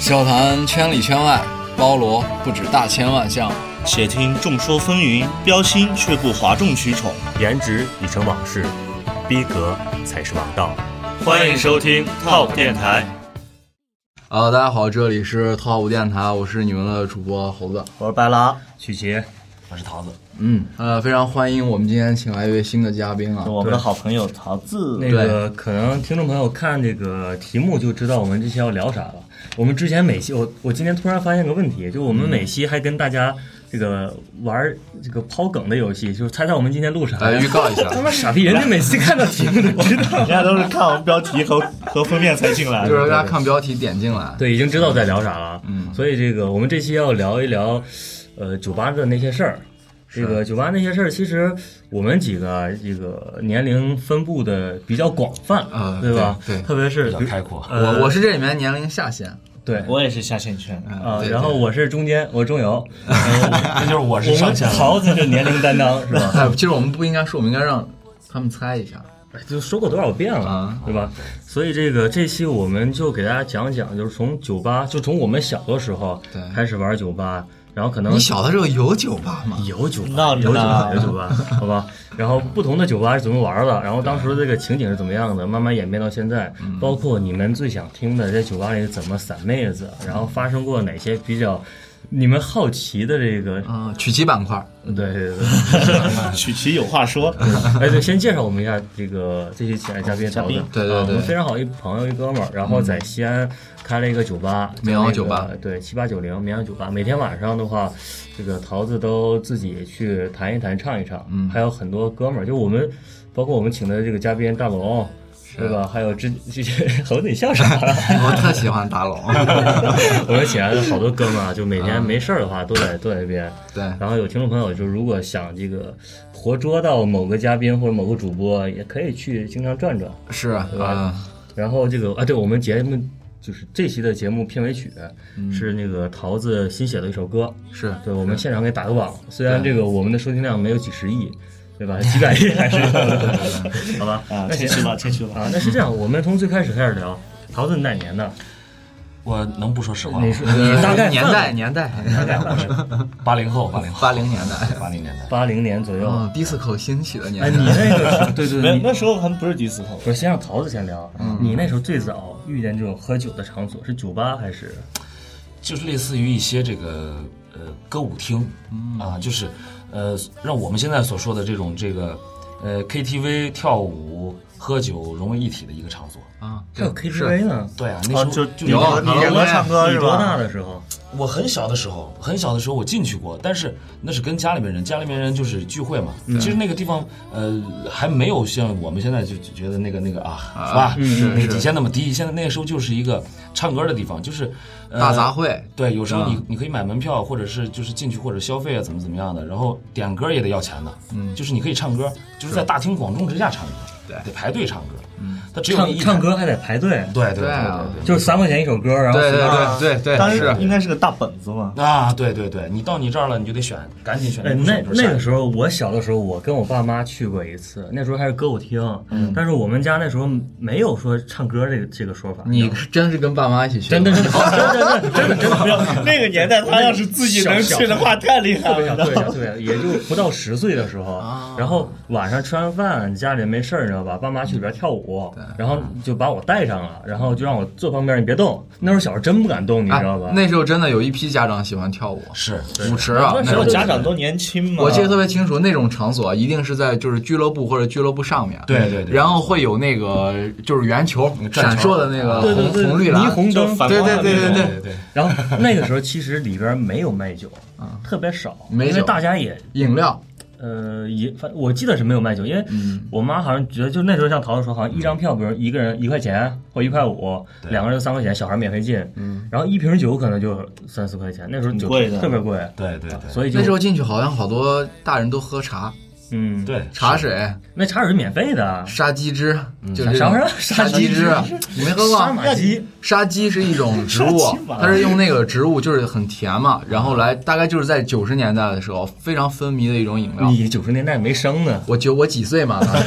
笑谈圈里圈外，包罗不止大千万项。且听众说纷纭，标新却不哗众取宠。颜值已成往事，逼格才是王道。欢迎收听 Top 电台，啊、大家好，这里是特号五电台，我是你们的主播猴子。我是白拉。曲奇，我是桃子，嗯，呃，非常欢迎我们今天请来一位新的嘉宾 啊。我们的好朋友桃子，那个可能听众朋友看这个题目就知道我们这期要聊啥了。我们之前每期，我我今天突然发现个问题，就我们每期还跟大家这个玩儿这个抛梗的游戏，就是猜猜我们今天录啥。呃来预告 一下，他妈傻逼，人家每次看到题目都知道。人家都是看我们标题和 和封面才进来就是的。大家看标题点进来。对，已经知道在聊啥了。嗯所以这个我们这期要聊一聊，呃，酒吧的那些事儿。这个酒吧那些事儿，其实我们几个啊这个年龄分布的比较广泛，呃对吧？对对特别是比较比开阔。呃我我是这里面年龄下限。对我也是下线圈，啊、对啊然后我是中间，我是中游，那就是我我们桃子是年龄担当，是吧？哎，其实我们不应该说，我们应该让他们猜 一下。 就说过多少遍了，啊对吧？所以这个这期我们就给大家讲讲，就是从酒吧，就从我们小的时候对开始玩酒吧，然后可能你小的时候有酒吧吗？有酒吧，闹着有酒吧，呢有酒吧， 好吧。然后不同的酒吧是怎么玩的，然后当时的这个情景是怎么样的，慢慢演变到现在，嗯包括你们最想听的在酒吧里怎么散妹子，然后发生过哪些比较你们好奇的这个，啊、曲奇板 块。嗯对对对对。曲奇有话说。哎，对，先介绍我们一下这个这期请来嘉宾嘉曹宾子，对对啊我们对嗯非常好一朋友一哥们儿，然后在西安开了一个酒吧，绵阳叫那个酒吧，对，七八九零绵阳酒吧，每天晚上的话，这个桃子都自己去弹一弹，唱一唱，嗯还有很多哥们儿，就我们，包括我们请的这个嘉宾大龙。对吧？还有之这些 猴子，你笑啥了？我特喜欢打 龙， 我们请来的好多哥们儿啊，就每天没事儿的话都在都在那边，对，然后有听众朋友，就是如果想这个活捉到某个嘉宾或者某个主播，也可以去经常转转。是啊、对吧呃，然后这个啊，对我们节目就是这期的节目片尾曲、嗯是那个桃子新写的一首歌，是对我们现场给打个榜。啊虽然这个我们的收听量没有几十亿，对吧？几百 亿还是有的，好吧？啊，那谦行虚了，谦虚了。啊，那是这样，我们从最开始开始聊。桃子，你哪年的？我能不说实话嗯吗你？是你大哦呃概年代年代大概我是八零后，八零后，八零年代，八零年代，八零年左右。嗯，disco 兴起的哎，年你代，那个是对对没对，有你，那时候还不是迪斯科，不是，先让桃子先聊。你那时候最早遇见这种喝酒的场所是酒吧还是？就是类似于一些这个呃歌舞厅嗯啊，就是呃让我们现在所说的这种这个呃 KTV 跳舞喝酒融为一体的一个场所。啊，还有对，是 KTV 呢？对啊，那啊，时候就就你有哥你有哥唱歌你是多吧？大的时候？我很小的时候，很小的时候我进去过，但是那是跟家里面人，家里面人就是聚会嘛。嗯其实那个地方，呃，还没有像我们现在就就觉得那个那个啊，是吧？嗯那是个底线那么低。现在那个时候就是一个唱歌的地方，就是、呃、大杂。烩，嗯对，有时候你、你可以买门票，或者是就是进去或者消费啊，怎么怎么样的，然后点歌也得要钱的，嗯，就是你可以唱歌，就是在大庭广众之下唱歌，对得排队唱歌，嗯，他只有那唱一唱台，歌还得排队，对对对对啊对对，就是三块钱一首歌，然后对随便对对对当对，时是应该是个大本子嘛。啊，对对对，你到你这儿了，你就得选，赶紧选。哎，不那选不是那下一个时候，我小的时候，我跟我爸妈去过一次，那时候还是歌舞厅，但是我们家那时候没有说唱歌这个这个说法，你真是跟爸妈一起去，真的 是真的真的真的没有那个年代，他要是自己能去的话，太厉害特别小，了。特别小，特别小，啊也就不到十岁的时候啊。然后晚上吃完饭，家里没事儿，你知道吧？爸妈去里边跳舞，嗯然后就把我带上了，然后就让我坐旁边，你别动。那时候小时候真不敢动，你哎知道吧？，那时候真的有一批家长喜欢跳舞，是舞池啊，那时种候家长都年轻嘛，我记得特别清楚，那种场所啊一定是在就是俱乐部或者俱乐部上面，对对对然后会有那个就是圆球转闪球烁的那个对对红对，红绿啊霓蓝，虹就灯。反对对光的对那对种对，对对，然后那个时候其实里边没有卖酒，特别少，啊没因为酒大家也饮料，呃，也反我记得是没有卖酒，因为嗯我妈好像觉得，就那时候像桃子说，好像一张票，比如一个人一块钱或一块五，两个人三块钱，小孩免费进，嗯然后一瓶酒可能就三四块钱，那时候酒贵的特别贵，对对对所以就那时候进去好像好多大人都喝茶，嗯，，对茶水、那茶水是免费的，杀鸡汁，就嗯啥是啥玩意儿杀杀鸡鸡汁汁，你没喝杀过？马鸡，杀鸡是一种植物杀鸡，嘛它是用那个植物就是很甜嘛，然后啊来大概就是在九十年代的时候非常风靡的一种饮料。你九十年代没生呢，我九我几岁嘛， 当时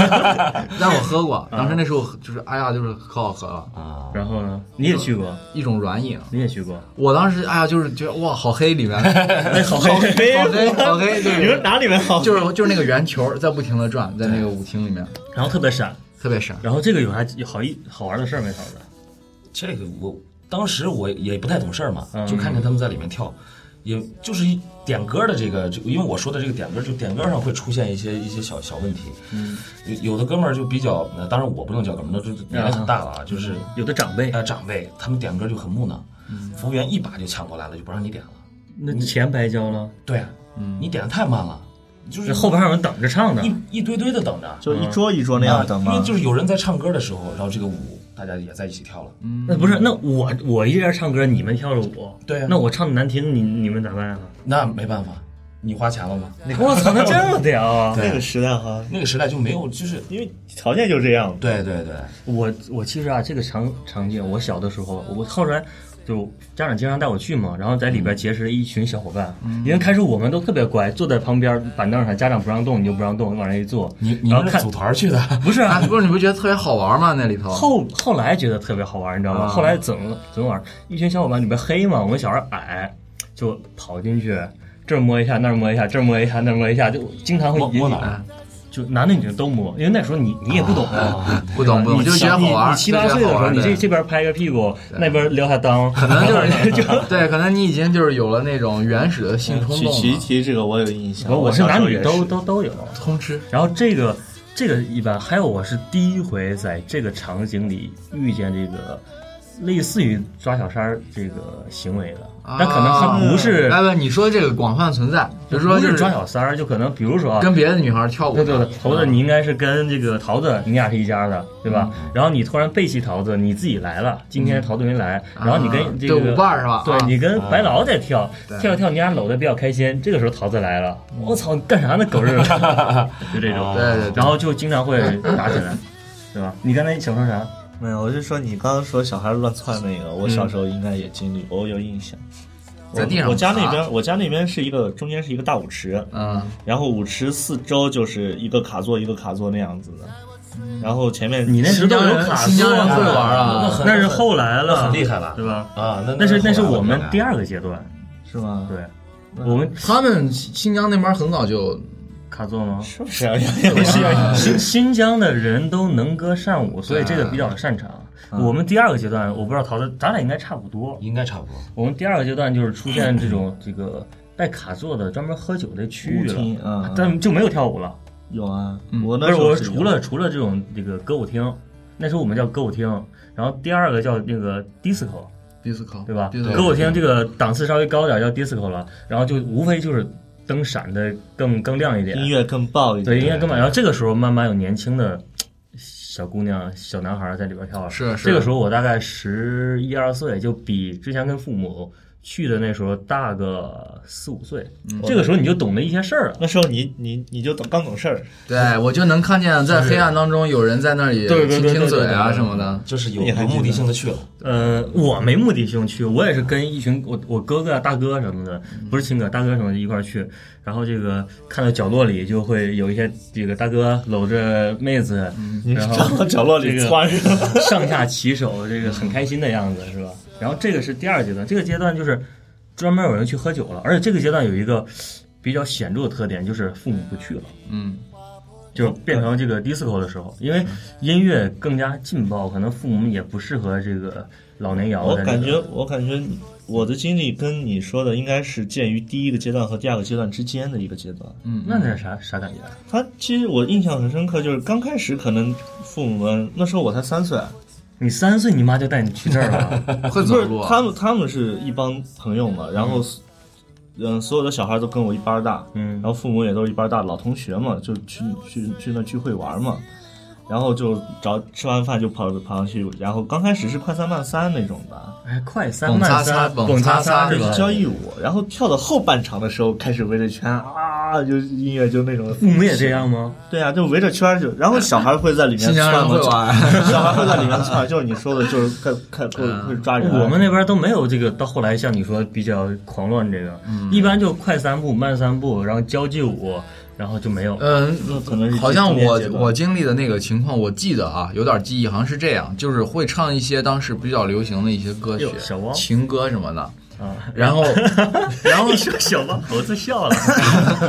但我喝啊过，当时那时候就是哎呀，就是可好喝了，啊，然后呢，你也去过，一种软饮。你也去过，我当时哎呀，就是觉得哇，好黑里面，哎， 好 黑，好黑好黑，哎你说对，哪里面好？就是就是那个圆球在不停的转，在那个舞厅里面然后特别闪。特别闪。然后这个有啥有好一好玩的事儿没嫂子？这个我当时我也不太懂事儿嘛，嗯就看见他们在里面跳，也就是一点歌的这个，这个因为我说的这个点歌，就点歌上会出现一些一些小小问题。嗯，有的哥们儿就比较，呃当然我不能叫哥们儿，那这这年龄很大了嗯啊，就是有的长辈，呃长辈，他们点歌就很木讷，嗯服务员一把就抢过来了，就不让你点了。那钱白交了，对啊，嗯你点的太慢了，就是这后边还有人等着唱呢。一一堆堆的等着，就一桌一桌那样等因吗为？就是有人在唱歌的时候，然后这个舞大家也在一起跳了。嗯那不是，那我我一边唱歌，你们跳着舞，对啊那我唱的难听，你你们咋办啊？那没办法，你花钱了吗？我操，那这么屌 啊！那个时代哈，那个时代就没有，就是因为条件就这样。对对对，我我其实啊，这个场场景，我小的时候，我后来就家长经常带我去嘛，然后在里嗯边结识了一群小伙伴，因为开始我们都特别乖，坐在旁边板凳上，家长不让动你就不让动，你往那一坐，你你然后们是看组团去的，不是啊啊，，不是你不觉得特别好玩吗？那里头后后来觉得特别好玩，你知道吗？啊后来怎么怎么玩？一群小伙伴里边黑嘛，我们小孩矮，就跑进去，这儿摸一下，那儿摸一下，这儿摸一下，那儿摸一下，就经常会摸引摸起啊哪儿？就男的女的都摸，因为那时候你你也不懂 啊。不懂不懂，你就觉得你好玩你儿，七就八觉岁得的好时候，玩儿你这对这边拍个屁股，那边撩下裆，可可能 就是就对，可能你已经就是有了那种原始的性冲提动提了，提这个我有印象，我我是小时男候女也都是都都有。通吃。然后这个这个一般，还有我是第一回在这个场景里遇见这个类似于抓小三儿这个行为的，啊但可能还不是，哎不，你说这个广泛存在，比如说不就是是抓小三儿，就可能比如说啊。跟嗯别的女孩跳舞，啊对对对，猴子，你应该是跟这个桃子，你俩是一家的，对吧？嗯然后你突然背弃桃子，你自己来了，今天桃子没来，然后你跟这啊对个舞伴儿是吧？对啊哦你跟白劳在跳对，跳着跳，你俩搂的比较开心。这个时候桃子来了，我操，你干啥呢？狗 日的，就这种。哦对对对然后就经常会打起来，对吧？你刚才想说啥？没有，我就说你刚刚说小孩乱窜那个，我小时候应该也经历，我有印象。在地上嗯我我家那爬边，我家那边是一个中间是一个大舞池，嗯，然后舞池四周就是一个卡座一个卡座那样子的，然后前面你那时候有卡新疆人会玩那啊，很那是后来了，那 很厉害了对吧？啊，那那是那那是我们第二二个阶段，是吗？对，嗯我们他们新疆那边很早就卡座 吗？是不是 啊？有点像新新疆的人都能歌善舞，所以啊这个比较擅长。嗯我们第二个阶段，我不知道桃子，咱俩应该差不多。应该差不多。我们第二个阶段就是出现这种这个带卡座的专门喝酒的区域舞厅了，嗯但就没有跳舞了。有啊，我嗯不那是时候我是有除了除了这种这个歌舞厅，那时候我们叫歌舞厅，然后第二个叫那个 disco， disco 对吧？歌 disco 舞厅这个档次稍微高点叫 disco 了，然后就无非就是灯闪的更更亮一点，音乐更爆一点，啊对音乐更满。然后这个时候慢慢有年轻的小姑娘、小男孩在里边跳了。是是这个时候我大概十一二岁，就比之前跟父母去的那时候大个四五岁。嗯这个时候你就懂得一些事儿了。那时候你你你就懂刚懂事儿，对我就能看见在黑暗当中有人在那里对对对亲对亲嘴啊对对对什么的，就是有你还有记得目的性的去了，呃，我没目的性去，我也是跟一群我我哥哥啊、大哥什么的，嗯不是亲哥，大哥什么的一块儿去。然后这个看到角落里就会有一些这个大哥搂着妹子，你嗯然找后到角落这里个窜 上。上下其手，这个很开心的样子，是吧？然后这个是第二阶段，这个阶段就是专门有人去喝酒了，而且这个阶段有一个比较显著的特点，就是父母不去了，嗯，就变成这个 disco 的时候，嗯因为音乐更加劲爆，可能父母也不适合这个老年摇我的这个。感觉，我感觉你我的经历跟你说的应该是介于第一个阶段和第二个阶段之间的一个阶段。那那是啥啥感觉？他其实我印象很深刻，就是刚开始可能父母们那时候我才三岁，你三岁，你妈就带你去这 儿了，会走不是路啊，他们他们是一帮朋友嘛，然后嗯、所有的小孩都跟我一班大，嗯然后父母也都是一班大，老同学嘛，就去去去那聚会玩嘛，然后就找吃完饭就跑跑上去，然后刚开始是快三慢三那种的，哎，快三蹦慢擦擦三，蹦蹦擦擦擦是就吧是？交谊舞，然后跳到后半场的时候开始围着圈啊，啊，就音乐就那种，你们也这样吗？对啊，就围着圈儿去，然后小孩会在里面新疆窜人过会去，玩，小孩会在里面窜，就是你说的，就是开开会会抓人。我们那边都没有这个，到后来像你说比较狂乱这个，嗯一般就快三步、慢三步，然后交际舞，然后就没有。嗯，那可能是好像中间我阶段我经历的那个情况，我记得啊，有点记忆，好像是这样，就是会唱一些当时比较流行的一些歌曲哟哎小，汪情歌什么的，啊，然 后然后一说小王猴子 笑了，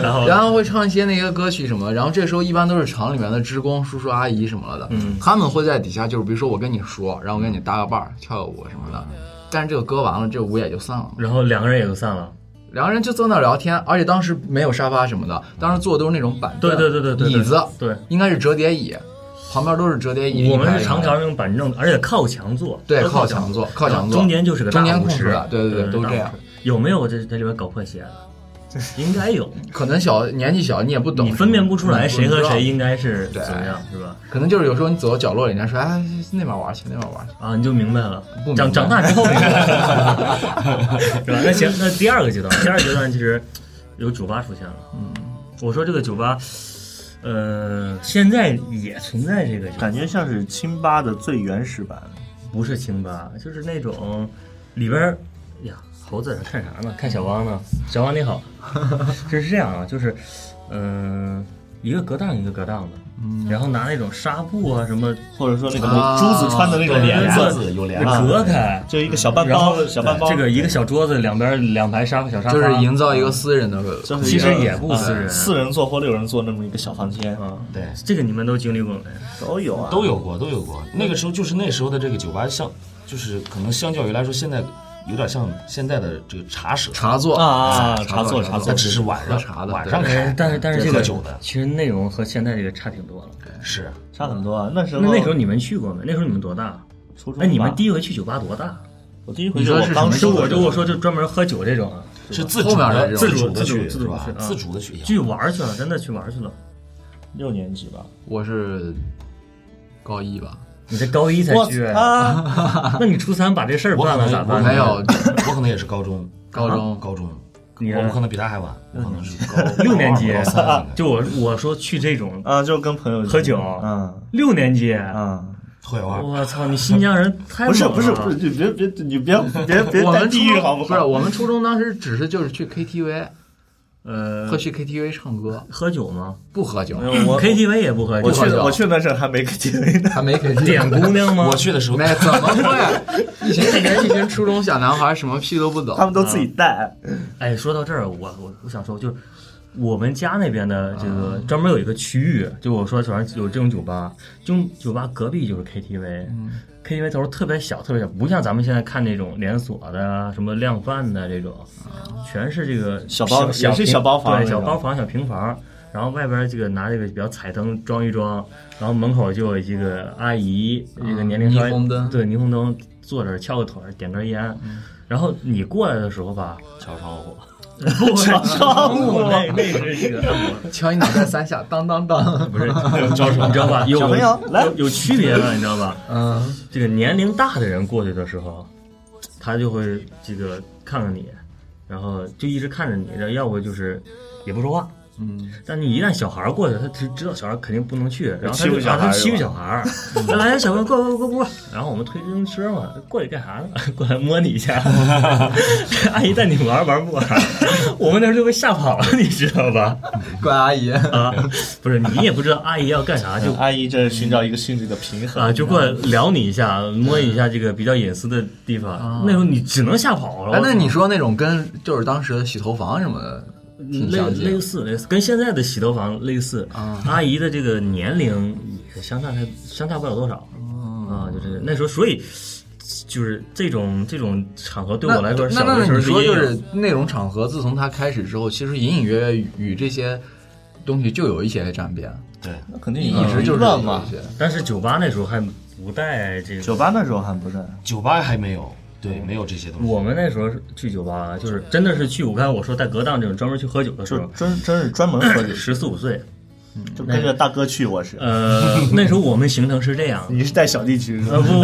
然后然后会唱一些那个歌曲什么，然后这时候一般都是厂里面的职工叔叔阿姨什么了的，嗯他们会在底下就是比如说我跟你说，然后我跟你搭个伴儿跳个舞什么的，但是这个歌完了，这舞也就散了嘛。然后两个人也都散了。两个人就坐那儿聊天，而且当时没有沙发什么的，当时坐的都是那种板凳、对对对对对，对椅子，对，应该是折叠椅，旁边都是折叠椅。我们一排一排是长条那种板凳，而且靠墙坐，对都靠墙墙坐，靠墙然后坐，中间就是个大中间舞空池出来，对对对，都大这舞样池。有没有这在里边搞破鞋的？ 应该有，可能小年纪小，你也不懂，嗯你分辨不出来谁和谁你应该是对怎么样，是不吧？知道。可能就是有时候你走到角落里，人家说：“哎，那边玩去，那边玩去。啊，你就明白了不。明白长长大 之后明白了，是吧？那行，那第二个阶段，第二个阶段其实有酒吧出现了。嗯，我说这个酒吧，呃，现在也存在这个酒吧感觉像是清吧的最原始版，不是清吧，就是那种里边儿呀，猴子在那看啥呢？看小汪呢？小汪你好， 就是这样啊，就是嗯、呃一个隔档一个隔档的，嗯然后拿那种纱布啊什么或者说那个啊珠子穿的那种对帘帘子，啊子有给帘子，隔开，就一个小半然后包，小半包这个一个小桌子两边两排沙小”沙发，就是营造一个私人的这是其实嗯一个也不啊私人四人座或六人座那么一个小房间，啊，对，这个你们都经历过没？都有啊，都有过，都有过。那个时候就是那时候的这个酒吧相，就是可能相较于来说，现在有点像现在的这个茶室，茶座啊啊啊茶座茶茶它座，只是晚上喝茶的晚上但开哎是，但是但是这喝个酒的其实内容和现在这个差挺多了。是差很多啊。那时那候那时候你们去过没？那时候你们多大？初中吧，哎，你们第一回去酒吧多大？我第一回你去说我是什刚么说就时候我的就我说就专门喝酒这种啊，是自后主面的的这种主的自主去自是主吧去？啊自主的去，去玩去了，真的去玩去了。六年级吧，我是高一吧，你这高一才我去，啊，那你初三把这事儿我可办了能咋我办？没有我可能也是高中，高中高中，你嗯我可能比他还晚，我可能是高 六年级高二高三应 该就我我说去这种啊，就跟朋友喝酒嗯六年级，嗯，会啊玩儿。我操，你新疆人太不是猛了不是不是，你别别你别别别我带们初地域中好不是好？我们初中当时只是就是去 KTV 嗯呃会去 KTV 唱歌，喝酒吗不喝酒没，有我？KTV 也不喝酒，我去不喝酒我去那时候还没 KTV 呢，还没 KTV 点姑娘吗？我去的时候没怎么会？一群一群一群初中小男孩，什么屁都不懂他。们都自己带。哎，说到这儿，我我我想说，就是我们家那边的这啊个专门有一个区域，就我说反正有这种酒吧，就酒吧隔壁就是 KTV，KTV、头嗯特别小，特别小，不像咱们现在看那种连锁的啊什么量贩的这种，啊全是这个小包小也是平小包房对，那种小包房、小平房。然后外边这个拿这个比较彩灯装一装，然后门口就有这个阿姨，这个年龄稍微啊霓虹灯嗯对霓虹灯坐着翘个腿儿点根烟，然后你过来的时候吧，敲窗户，不，那那是一个敲你脑袋三下，当当当。不是招手，你知道吧？ 有小朋友来有有区别啊了，你知道吧？嗯，这个年龄大的人过去的时候，他就会这个看看你，然后就一直看着你，然后要不就是也不说话。嗯，但你一旦小孩儿过去，他就知道小孩儿肯定不能去，然后欺他就负小啊孩儿他欺负是小吧孩儿，来来小朋友过过过过，然后我们推自行车嘛，过去干啥呢？ 过来摸你一下，阿姨带你玩儿玩儿不玩儿？ 我们那时候就被吓跑了，你知道吧？怪嗯阿姨。 啊，不是你也不知道阿姨要干啥，就阿姨这寻找一个心理的平衡啊就过来撩你一下，摸一下这个比较隐私的地方。那时候你只能吓跑哦了哎，。那你说那种跟就是当时的洗头房什么的，挺类相嗯类近。似类似，跟现在的洗头房类似，啊阿姨的这个年龄也相差太相差不了多少哦啊，就是那时候，所以就是这种这种场合对我来说，那小那的那时候你说阴就影是那种场合，自从它开始之后，其实隐隐约约与这些东西就有一些沾边，对，那肯定一有直嗯就是乱有嘛一。些。但是酒吧那时候还不带这个酒吧那时候还不在，酒吧还没有，对，没有这些东西。哦我们那时候是去酒吧，就是真的是去。我刚才我说带隔档这种专门去喝酒的时就候，真真是专门喝 酒，十四五岁，就跟着大哥去。我是，呃，那时候我们行程是这样，你是带小弟去是吧？呃，不不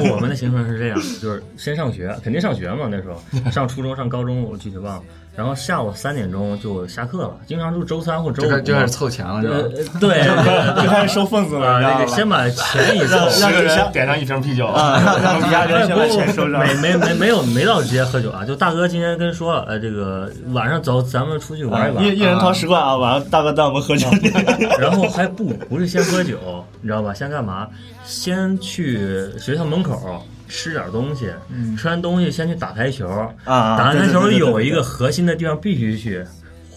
不不，我们的行程是这样，就是先上学，肯定上学嘛。那时候上初中、上高中，我具体忘了。然后下午三点钟就下课了，经常就是周三或周就五开嘛。就开始凑钱了，是呃吧？嗯对对，就开始收份子了，把你知道 吗啊那个先把钱一凑。让底下点上一瓶啤酒，啊， 让让底下人先把钱收上。没没没没有没到直接喝酒啊，就大哥今天跟说了，呃，这个晚上走，咱们出去玩一玩，一一人掏十块啊，晚上大哥带我们喝酒。 然后还不不是先喝酒，你知道吧？先干嘛？先去学校门口吃点东西，吃完东西先去打台球啊打完台球对对对对对有一个核心的地方必须去，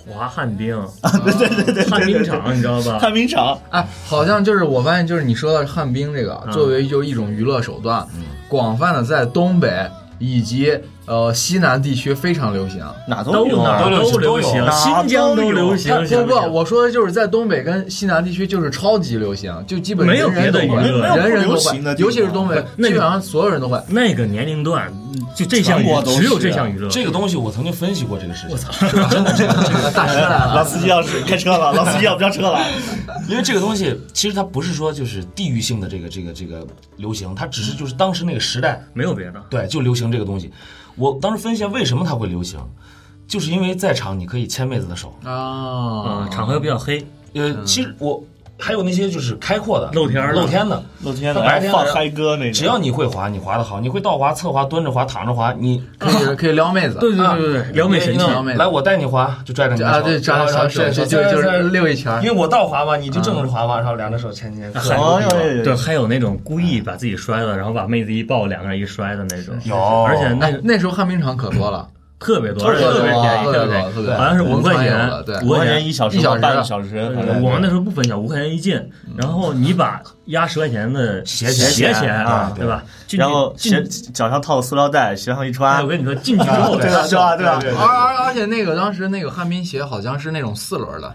滑旱冰，对对对对对，旱冰场，你知道吧？旱冰场，哎，好像就是我发现，就是你说到旱冰这嗯个，作为就是一种娱乐手段，广泛的在东北以及呃西南地区非常流行。哪都都有哪啊儿都有流都有行，哪儿新疆都有流它行，不行不，行我说的就是在东北跟西南地区就是超级流行，就基本没有人人别的都娱会，乐人人都没有不流会行的，地尤其是方东北，那基个本上所有人都 会。那个年龄段，就这项娱全国都是只有这项娱乐，这个东西我曾经分析过这个事情，大师来 老了，司机要是开车了，老司机要飙车了，因为这个东西其实它不是说就是地域性的这个这个这个流行，它只是就是当时那个时代，没有别的。对，就流行这个东西。我当时分析为什么它会流行，就是因为在场你可以牵妹子的手，啊啊，场合又比较黑，呃，其实我还有那些就是开阔的嗯露天儿的露天的，露天的的，白天的放嗨歌那种。只要你会滑，你滑的好，你会倒滑、侧滑、蹲着滑、躺着滑，你可以可以撩妹子， 啊对对对对对，撩妹神你器能，撩妹子来我带你滑，就拽着你的啊手对抓着然后小手然后就拽着就拽就着是溜一圈儿因为我倒滑嘛，你就正着滑嘛，然后两只手牵牵，还哦呦呦呦对，还有那种故意把自己摔了，然后把妹子一抱，两个人一摔的那种，有而且那哎，那时候旱冰场可多了，特别多，特别多而且别便宜，特别特多别特别多便宜，好像是我五们块常有钱的，对五五块块钱一钱。小时，一小时半个小时，对好对像我们那时候不分享，五块钱一进，然后你把压十块钱的鞋钱钱鞋钱啊对吧？进去然后进鞋，脚上套塑料袋，鞋上一哎穿我，跟你说，进去之后，对吧？是吧？对啊吧？而而而且那个当时那个旱冰鞋好像是那种四轮的，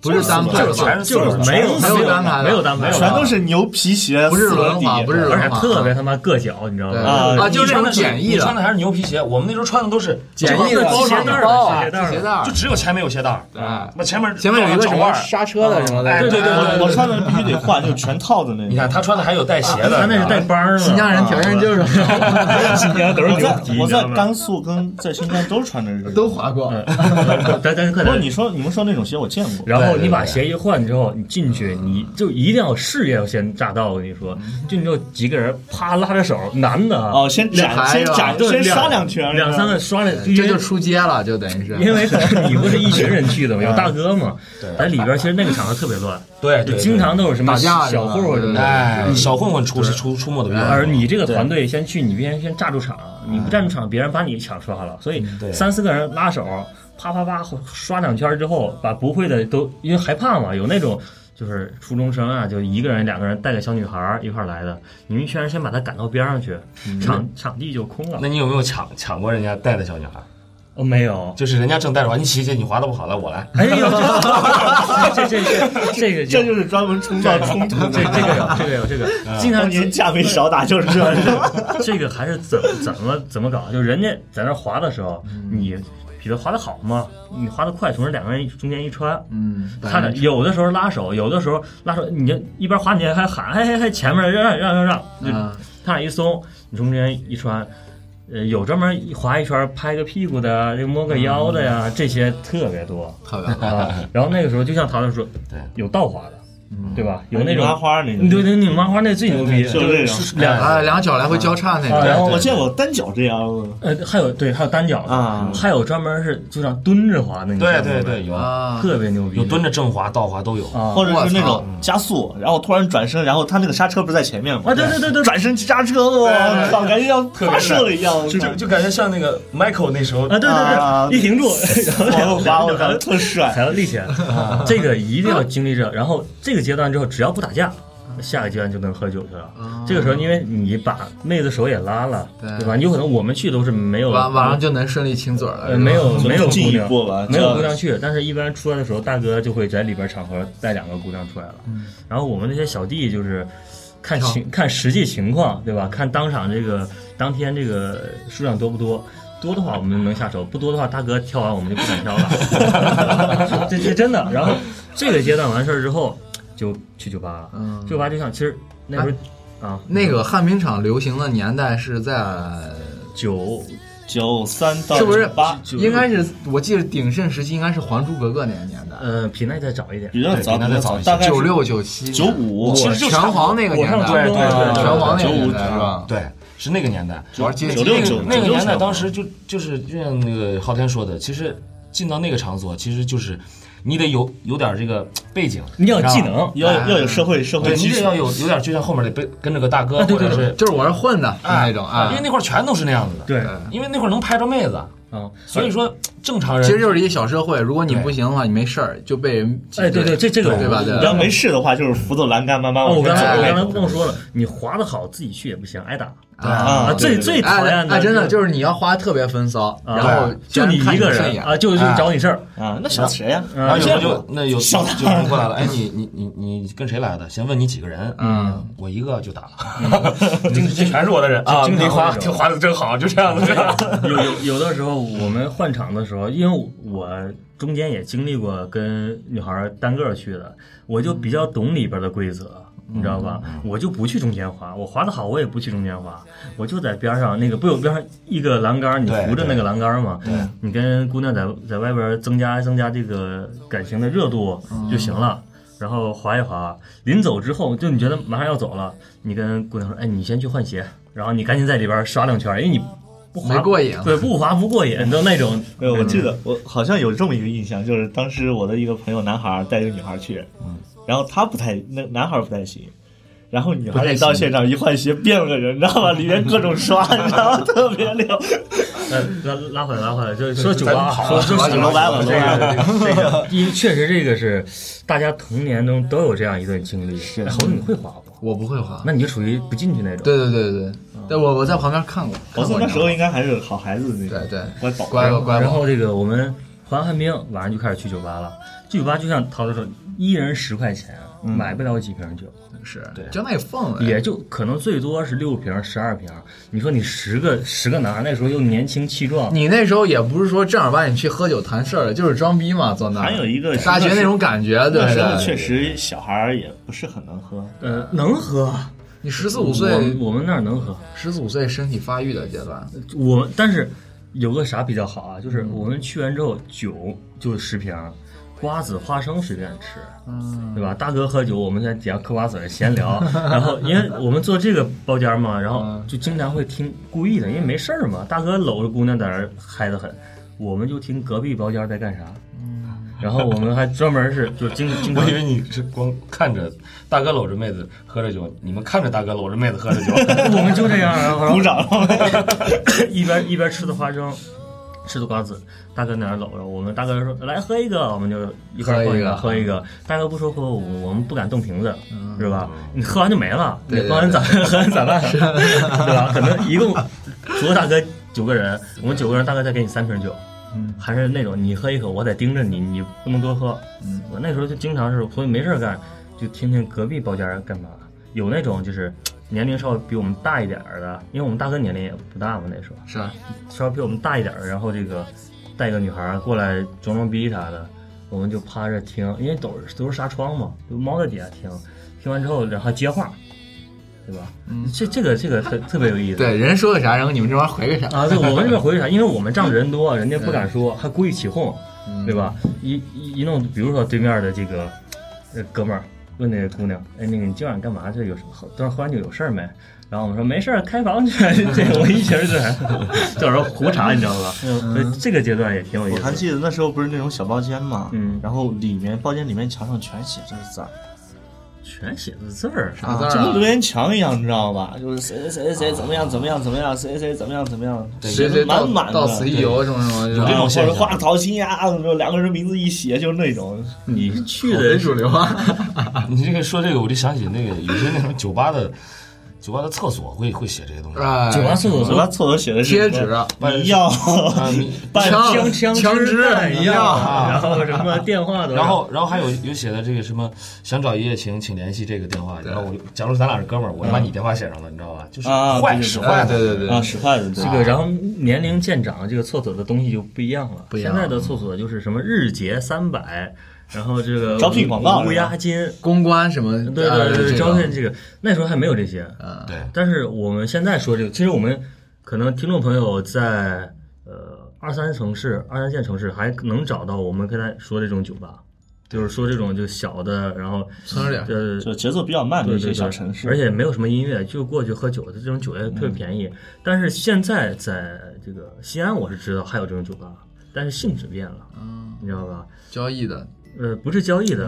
不是单排的就是全吧？是就是没有没有单排的没有单排的，全都是牛皮鞋，不是四轮轮底滑，不是而轮且滑，特别他妈硌脚，你知道对吗？啊啊，就是那种简易你穿的，的还是牛皮鞋，我们那时候穿的都是简易的包系上鞋带的儿的包啊系鞋带儿的系鞋带儿就只有前面有鞋带儿，对那前面前面有一个什么刹车的什么的，啊哎对对对我我穿的必须得换，就是全套的那种。你看啊他穿的还有带鞋的，他那是带帮儿的，啊新疆人条件就是新疆都是我牛在皮，我你知道在吗？甘肃跟在新疆都穿着这个。 都滑过， 但但是快不点是，你说你们说那种鞋我见过，然后你把鞋一换之后，你进去你就一定要事业要先炸到。我跟你说，进去之后几个人啪拉着手，男的啊，哦，先展先展对先刷两啊两圈，两三个刷了，这就出街了，就等于是。因为可能你不是一群人去的嘛，有大哥嘛，在里边其实那个场合特别乱，对对，就对经常都有什么打架小混混什么的。哎嗯小混混出出出没的比较多，而你这个团队先去，你必须先炸住场，你不站住场，别人把你抢刷了。所以对三四个人拉手，啪啪啪刷两圈之后，把不会的都因为害怕嘛，有那种就是初中生啊，就一个人两个人带个小女孩儿一块儿来的，你们一群人先把她赶到边上去，场场地就空了那。你有没有抢抢过人家带的小女孩？哦，没有。就是人家正带着滑，你起去，你滑的不好，来我来。哎呦，这这这这个这就是专门冲撞冲突这的。这个有这个有这个，经当常年架没少打，就是这样。 这个还是怎怎么怎么搞？就是人家在那滑的时候，嗯你比他滑的好吗？你滑的快，从这两个人中间一穿，嗯，差点有的时候拉手，有的时候拉手，你这一边滑你还喊，哎哎哎，前面让让让让让，嗯他俩一松，你中间一穿。呃，有专门滑一圈拍个屁股的，这摸个腰的呀，嗯这些特别多特别好。啊。然后那个时候，就像陶陶说，对有倒滑的，对吧？有那种麻嗯花那对种，对，拧麻花那最牛逼，对对就是这种是两啊，两脚来回交叉那啊个，然后我见过单脚这样的，呃，还有对，还有单脚的啊还有专门是就像蹲着滑的，你对见过对没对，，有啊，特别牛逼，有蹲着正滑、倒滑都有。啊，或者是那我操种加速，然后突然转身，然后他那个刹车不是在前面吗？啊，对对对对，转身急刹车，我对操，感觉要别发射了一样，就就感觉像那个 Michael 那时候啊，对啊哦对对，一停住， 然后我两哇，个我人还感觉要特帅还。要 立起来，啊这个一定要经历这，然后这个阶段之后，只要不打架。下个阶段就能喝酒去了。哦这个时候，因为你把妹子手也拉了，对对吧？有可能我们去都是没有晚晚上就能顺利亲嘴了。呃，没有没有进姑一娘步了没有这姑娘去，但是一般出来的时候，大哥就会在里边场合带两个姑娘出来了。然后我们那些小弟就是看情看实际情况，对吧？看当场这个当天这个数量多不多。多的话我们能下手，不多的话大哥挑完我们就不敢挑了。 这这真的。然后这个阶段完事儿之后，就去酒吧了。嗯酒吧就像其实那时候、啊，那个旱冰场流行的年代是在九九三到是不是九八，应该是我记得鼎盛时期应该是《还珠格格》那个年代，呃，比那再早一点，比较早，对比较早，比那个早一些大概是九六九七九五，我其实就拳皇那个年代，我上初中对对对拳皇那个九五年代是吧？对，是那个年代。玩街机九六那九个那个年代， 96当时就就是就像那个昊天说的，其实进到那个场所，其实就是你得有有点这个背景，你要有知道技吧能，要要有社会社会对你基得础，要有有点，就像后面得背跟着个大哥，啊对对或者对是就是我是混的是那种啊因为，那会儿全都是那样子的，对，因为那会儿能拍着妹子，嗯，所以说正常人其实就是一个小社会。如果你对不行的话，你没事儿就被人挤哎，对对，这这个对吧对吧呃你要没事的话，就是扶着栏杆慢慢哦，我往前走刚才我那刚才种。忘说了，你滑的好，自己去也不行，挨打啊对最对最哎讨厌哎，真的的就是你要花特别风骚，啊然后就你一个看你不顺人眼啊，就就哎找你事儿，啊，那想谁呀？嗯然后有现时在候就那有上就就冲过来了，哎，你你你你跟谁来的？先问你几个人，嗯，我一个就打了，这这全是我的人啊！经常你会滑这种滑的真好，就这样子。 有有有的时候我们换场的时候，因为我中间也经历过跟女孩单个儿去的，我就比嗯较懂里边的规则。你知道吧？我就不去中间滑，我滑的好，我也不去中间滑，我就在边上那个不有边上一个栏杆儿，你对扶着那对个栏杆儿嘛。你跟姑娘在在外边增加增加这个感情的热度嗯就行了。然后滑一滑，临走之后，就你觉得马上要走了，你跟姑娘说：“哎，你先去换鞋，然后你赶紧在里边刷两圈，因为哎你不滑没过瘾对，不滑不过瘾，你知道那种没有，我记得我好像有这么一个印象，就是当时我的一个朋友，男孩儿带一个女孩儿去，然后他不太，那男孩儿不太行，然后女孩儿一到现场一换鞋变了个人，你知道吧？里面各种刷，你知道吗？特别溜。呃，拉拉回来，拉回来，就是说酒吧啊，说说咱酒们吧好吧，了这个 这个，因为确实这个是大家童年中都有这样一段经历。是猴子，你会滑不？我不会滑。那你就属于不进去那种。对对对对对，嗯但我我在旁边看过，我看说过那你时知道候吗应该还是好孩子那种，对对乖宝乖吧宝。乖然吧，后这个我们还完旱冰，晚上就开始去酒吧了。去酒吧就像陶子说，一人十块钱，嗯买不了几瓶酒，是就那氛围，也就可能最多是六瓶、十二瓶。你说你十个十个男孩，那时候又年轻气壮，你那时候也不是说正儿八经去喝酒谈事儿的，就是装逼嘛，坐那儿。还有一个大学那种感觉，对那不时候对？确实小孩儿也不是很能喝，呃，能喝。你十四五我岁们，我们那儿能喝，十四五岁身体发育的阶段，我但是有个啥比较好啊，嗯就是我们去完之后，酒就十瓶，瓜子、花生随便吃，嗯对吧？大哥喝酒，我们在底下嗑瓜子闲聊，然后因为我们做这个包间嘛，然嗯后就经常会听故意的，因为没事儿嘛，大哥搂着姑娘在那儿嗨得很，我们就听隔壁包间在干啥。然后我们还专门是就经经 嗯我常以为你是光看着大哥搂着妹子喝着酒，你们看着大哥搂着妹子喝着 酒，我们就这样，然后鼓掌。 一边一边吃的花生，吃的瓜子，大哥在那儿搂着我们，大哥说来喝一个，我们就一块儿喝一一个喝一个。大哥不说喝，我我们不敢动瓶子，是吧？你喝完就没了，嗯你对喝完咋 喝完咋办？对吧？可能一共除了大哥九个人，我们九个人大概再给你三瓶酒。嗯还是那种你喝一口，我得盯着你，你不能多喝。嗯我那时候就经常是，所以没事儿干，就听听隔壁包间儿干嘛。有那种就是年龄稍微比我们大一点儿的，因为我们大哥年龄也不大嘛，那时候是吧？稍微比我们大一点儿的，然后这个带个女孩儿过来装装逼啥的，我们就趴着听，因为都是都是纱窗嘛，就猫在底下听，听完之后然后接话，对吧？这这个这个特特别有意思。对，人说个啥，然后你们这玩意儿回个啥，啊，对，我们这边回去啥？因为我们仗着人多，人家不敢说，还故意起哄，对吧？一一一弄，比如说对面的这个呃哥们儿问那个姑娘，哎，那个你今晚干嘛去？有什么？昨晚喝完酒有事儿没？然后我们说没事儿，开房去。 这个我一直是叫人胡茬，你知道吧？嗯所以这个阶段也挺有意我还思。记得那时候不是那种小包间嘛，嗯然后里面包间里面墙上全写着字儿，全写的字儿，啥字就跟儿留啊？言墙一样，你知道吧？就是谁谁谁怎么样怎么样怎么样，谁谁怎么样怎么样，谁谁满到满的到此一游什么什么，就是啊有这种现或者象画桃心呀，怎么两个人名字一写就是那种，你去很的主流 啊。你这个说这个，我就想起那个有些那种酒吧的酒吧的厕所会会写这些东西，哎，酒吧厕我所他厕所写的是贴什么纸迷药，半枪枪枪枪支弹一一样，样啊 然后什么电话都然后，然后还有有写的这个什么，想找一夜情，请联系这个电话。然后我就，假如咱俩是哥们儿，我就把你电话写上了，你知道吧？就是啊坏对使对哎，坏的。对对啊，对，使坏的这这个，然后年龄渐长，这个厕所的东西就不一样了。不一样了现在的厕所就是什么日结三百，然后这个招聘广告无押金，公关什么，对啊对对，这招种聘这个那时候还没有这些。嗯对但是我们现在说这个，其实我们可能听众朋友在呃二三城市、二三线城市还能找到我们刚才说这种酒吧，就是说这种就小的，然后村儿里啊呃就节奏比较慢的对一对些对，小城市，而且没有什么音乐，就过去喝酒的这种酒也特别便嗯宜。但是现在在这个西安，我是知道还有这种酒吧，但是性质变了，嗯，你知道吧？交易的，呃，不是交易 的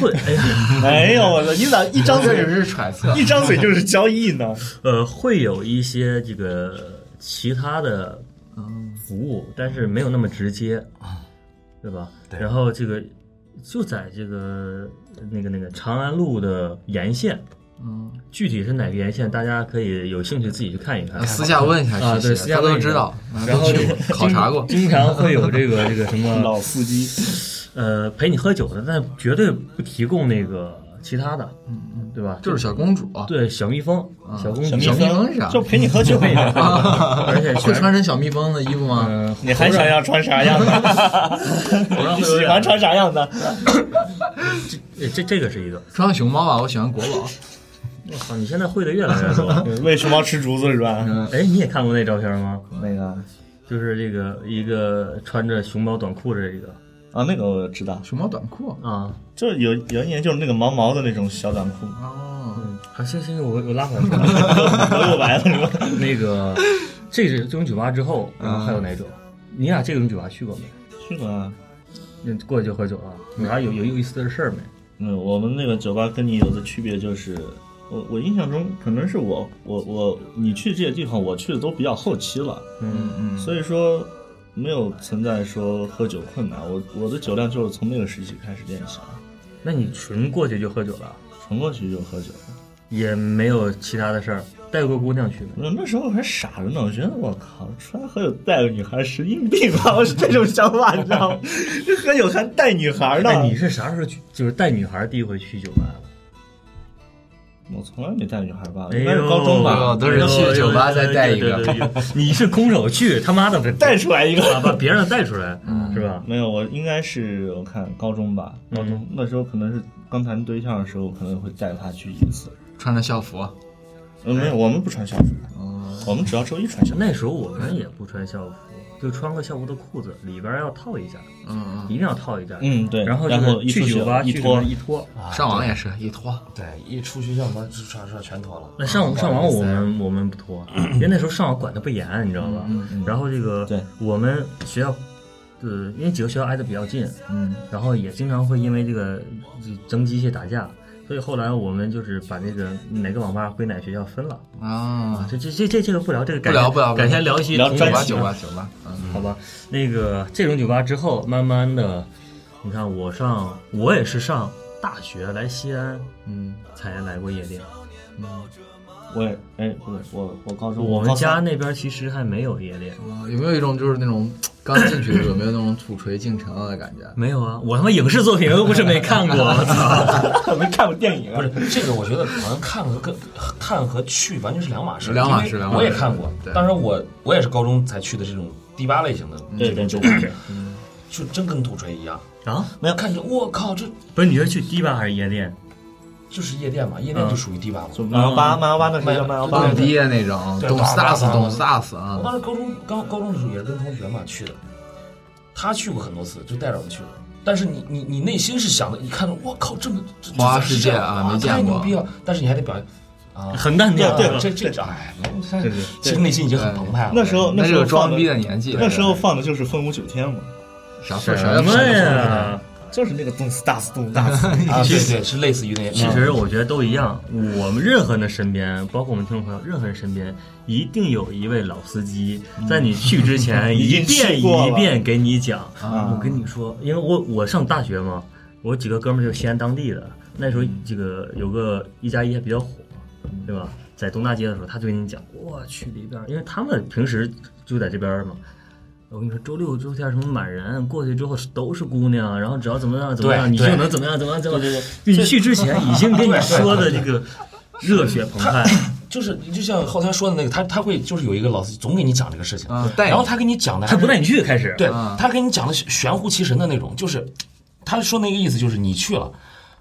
会，哎呀，哎呦我操，你咋一张这嘴 只是揣测一张嘴就是交易呢？呃，会有一些这个其他的嗯服务，但是没有那么直接，啊对吧？对然后这个就在这个那个那个长安路的沿线，嗯，具体是哪个沿线，大家可以有兴趣自己去看一看。私下问一下啊，谢对，谢私下他问都一下知道，然后都去过经考察过，经常会有这个这个什么 老司机，呃陪你喝酒的，但绝对不提供那个其他的，对吧？嗯就是啊小公主，啊对 小蜜蜂、小公主蜜，蜂是啥就陪你喝酒， 而且 会全穿成小蜜蜂的衣服吗？嗯，你还想要穿啥样的？你喜欢穿啥样的？这这这个是一个。穿个熊猫吧，我喜欢国宝。我操，你现在会的越来越多。喂熊猫吃竹子是吧？哎，你也看过那照片吗？那个就是这个一个穿着熊猫短裤的一个啊，那个我知道，熊猫短裤啊，就是有有一年就是那个毛毛的那种小短裤，哦，嗯，好，行行，行我我拉回来说。又白了是吧？ 那个，这是这种酒吧之后，然后还有哪种？你俩这种酒吧去过没？去过啊，那过去就喝酒了，你还有有有意思的事儿没？嗯，我们那个酒吧跟你有的区别就是，我我印象中可能是我我我你去这些地方，我去的都比较后期了，嗯嗯，所以说没有存在说喝酒困难。我我的酒量就是从那个时期开始练习的，那你纯过去就喝酒了，纯过去就喝酒了。也没有其他的事儿，带过姑娘去没？我那时候还傻着呢，我觉得我靠，出来喝酒带个女孩神经病吧， 我是这种想法，你知道吗？喝酒还带女孩呢？那哎你是啥时候去？就是带女孩第一回去酒吧了？我从来没带女孩吧，哎呦应该是高中哎吧，呦都是去酒吧再带一个对。对对对对你是空手去，他妈的带出来一个。啊把把别人带出来，嗯是吧？没有，我应该是我看高中吧，高中、嗯那时候可能是刚谈对象的时候，可能会带她去一次。穿着校服，啊呃，没有，我们不穿校服，哦我们只要周一穿校服。那时候我们也不穿校服，就穿个校服的裤子，里边要套一下，嗯一定要套一下。嗯，对。然然后一就出是去去酒吧一去脱什么一脱。嗯，上网也是一脱，对，一出学校门刷刷全脱了。嗯那上上网我哇嗯们我们不脱，因为那时候上网管的不严，你知道吧？然后这个嗯对我们学校，呃，因为几个学校挨得比较近，嗯，然后也经常会因为这个就争机械打架，所以后来我们就是把这个哪个网吧归哪学校分了。啊，这这这这这个不聊，这个不聊不聊不聊改天聊一些聊同酒专吧辑学酒吧酒吧，嗯，好吧，那个这种酒吧之后，慢慢的，你看我上我也是上大学来西安，嗯，才来过夜店。嗯我也哎，不对，我我高中我们高家三那边其实还没有夜店，嗯有没有一种就是那种刚进去的时候有没有那种土锤进城的感觉？没有啊，我他妈影视作品又不是没看过，我操！我没看过电 影啊，不是这个，我觉得好像看和跟看和去完全是两码事，两码事因为两码事我也看过对，当然我我也是高中才去的这种迪吧类型的嗯对这对种酒吧，就真跟土锤一样。啊，没有看着，我靠，这不是你是去迪吧还是夜店？就是夜店嘛，夜嗯店就属于迪吧嘛。就慢摇吧，慢摇吧那时候叫慢摇吧蹦迪的那种，对懂大大 stas 嗓懂子 stas 我啊，当时高中高高中的时候也是跟同学嘛去的，他去过很多次，就带着我们去了。但是你你你内心是想的，你看着我靠，这么这这花咋世是界这样啊啊，没见太牛过逼了！但是你还得表现啊，很淡定，对啊吧这这这哎，对对其实内心已经很澎湃了。那时候那时是候个装放逼的年纪，那时候放的就是《风舞九天》嘛，啥事儿啊什么？呀？就是那个动次打次动次打次，啊，对对，是类似于那。其嗯实我觉得都一样，我们任何人的身边，包括我们听众朋友，任何人身边一定有一位老司机，在你去之前嗯 已一经遍去过了啊一遍给你讲。我跟你说，因为我我上大学嘛，我几个哥们儿就是西安当地的，那嗯时候这个有个一加一还比较火，对吧？在东大街的时候，他就跟你讲，我去里边儿，因为他们平时就在这边儿嘛。我跟你说，周六周天什么满人，过去之后都是姑娘，然后只要怎么样怎么样，对你就对 能怎么样怎么样怎么样。你去之前已经跟你说的这个热血澎湃，就是你就像后台说的那个，他他会就是有一个老司机总给你讲这个事情，啊带你然后他给你讲 的他还不是带你去开始。对他给你讲的玄乎其神的那种，就是他说那个意思就是你去了，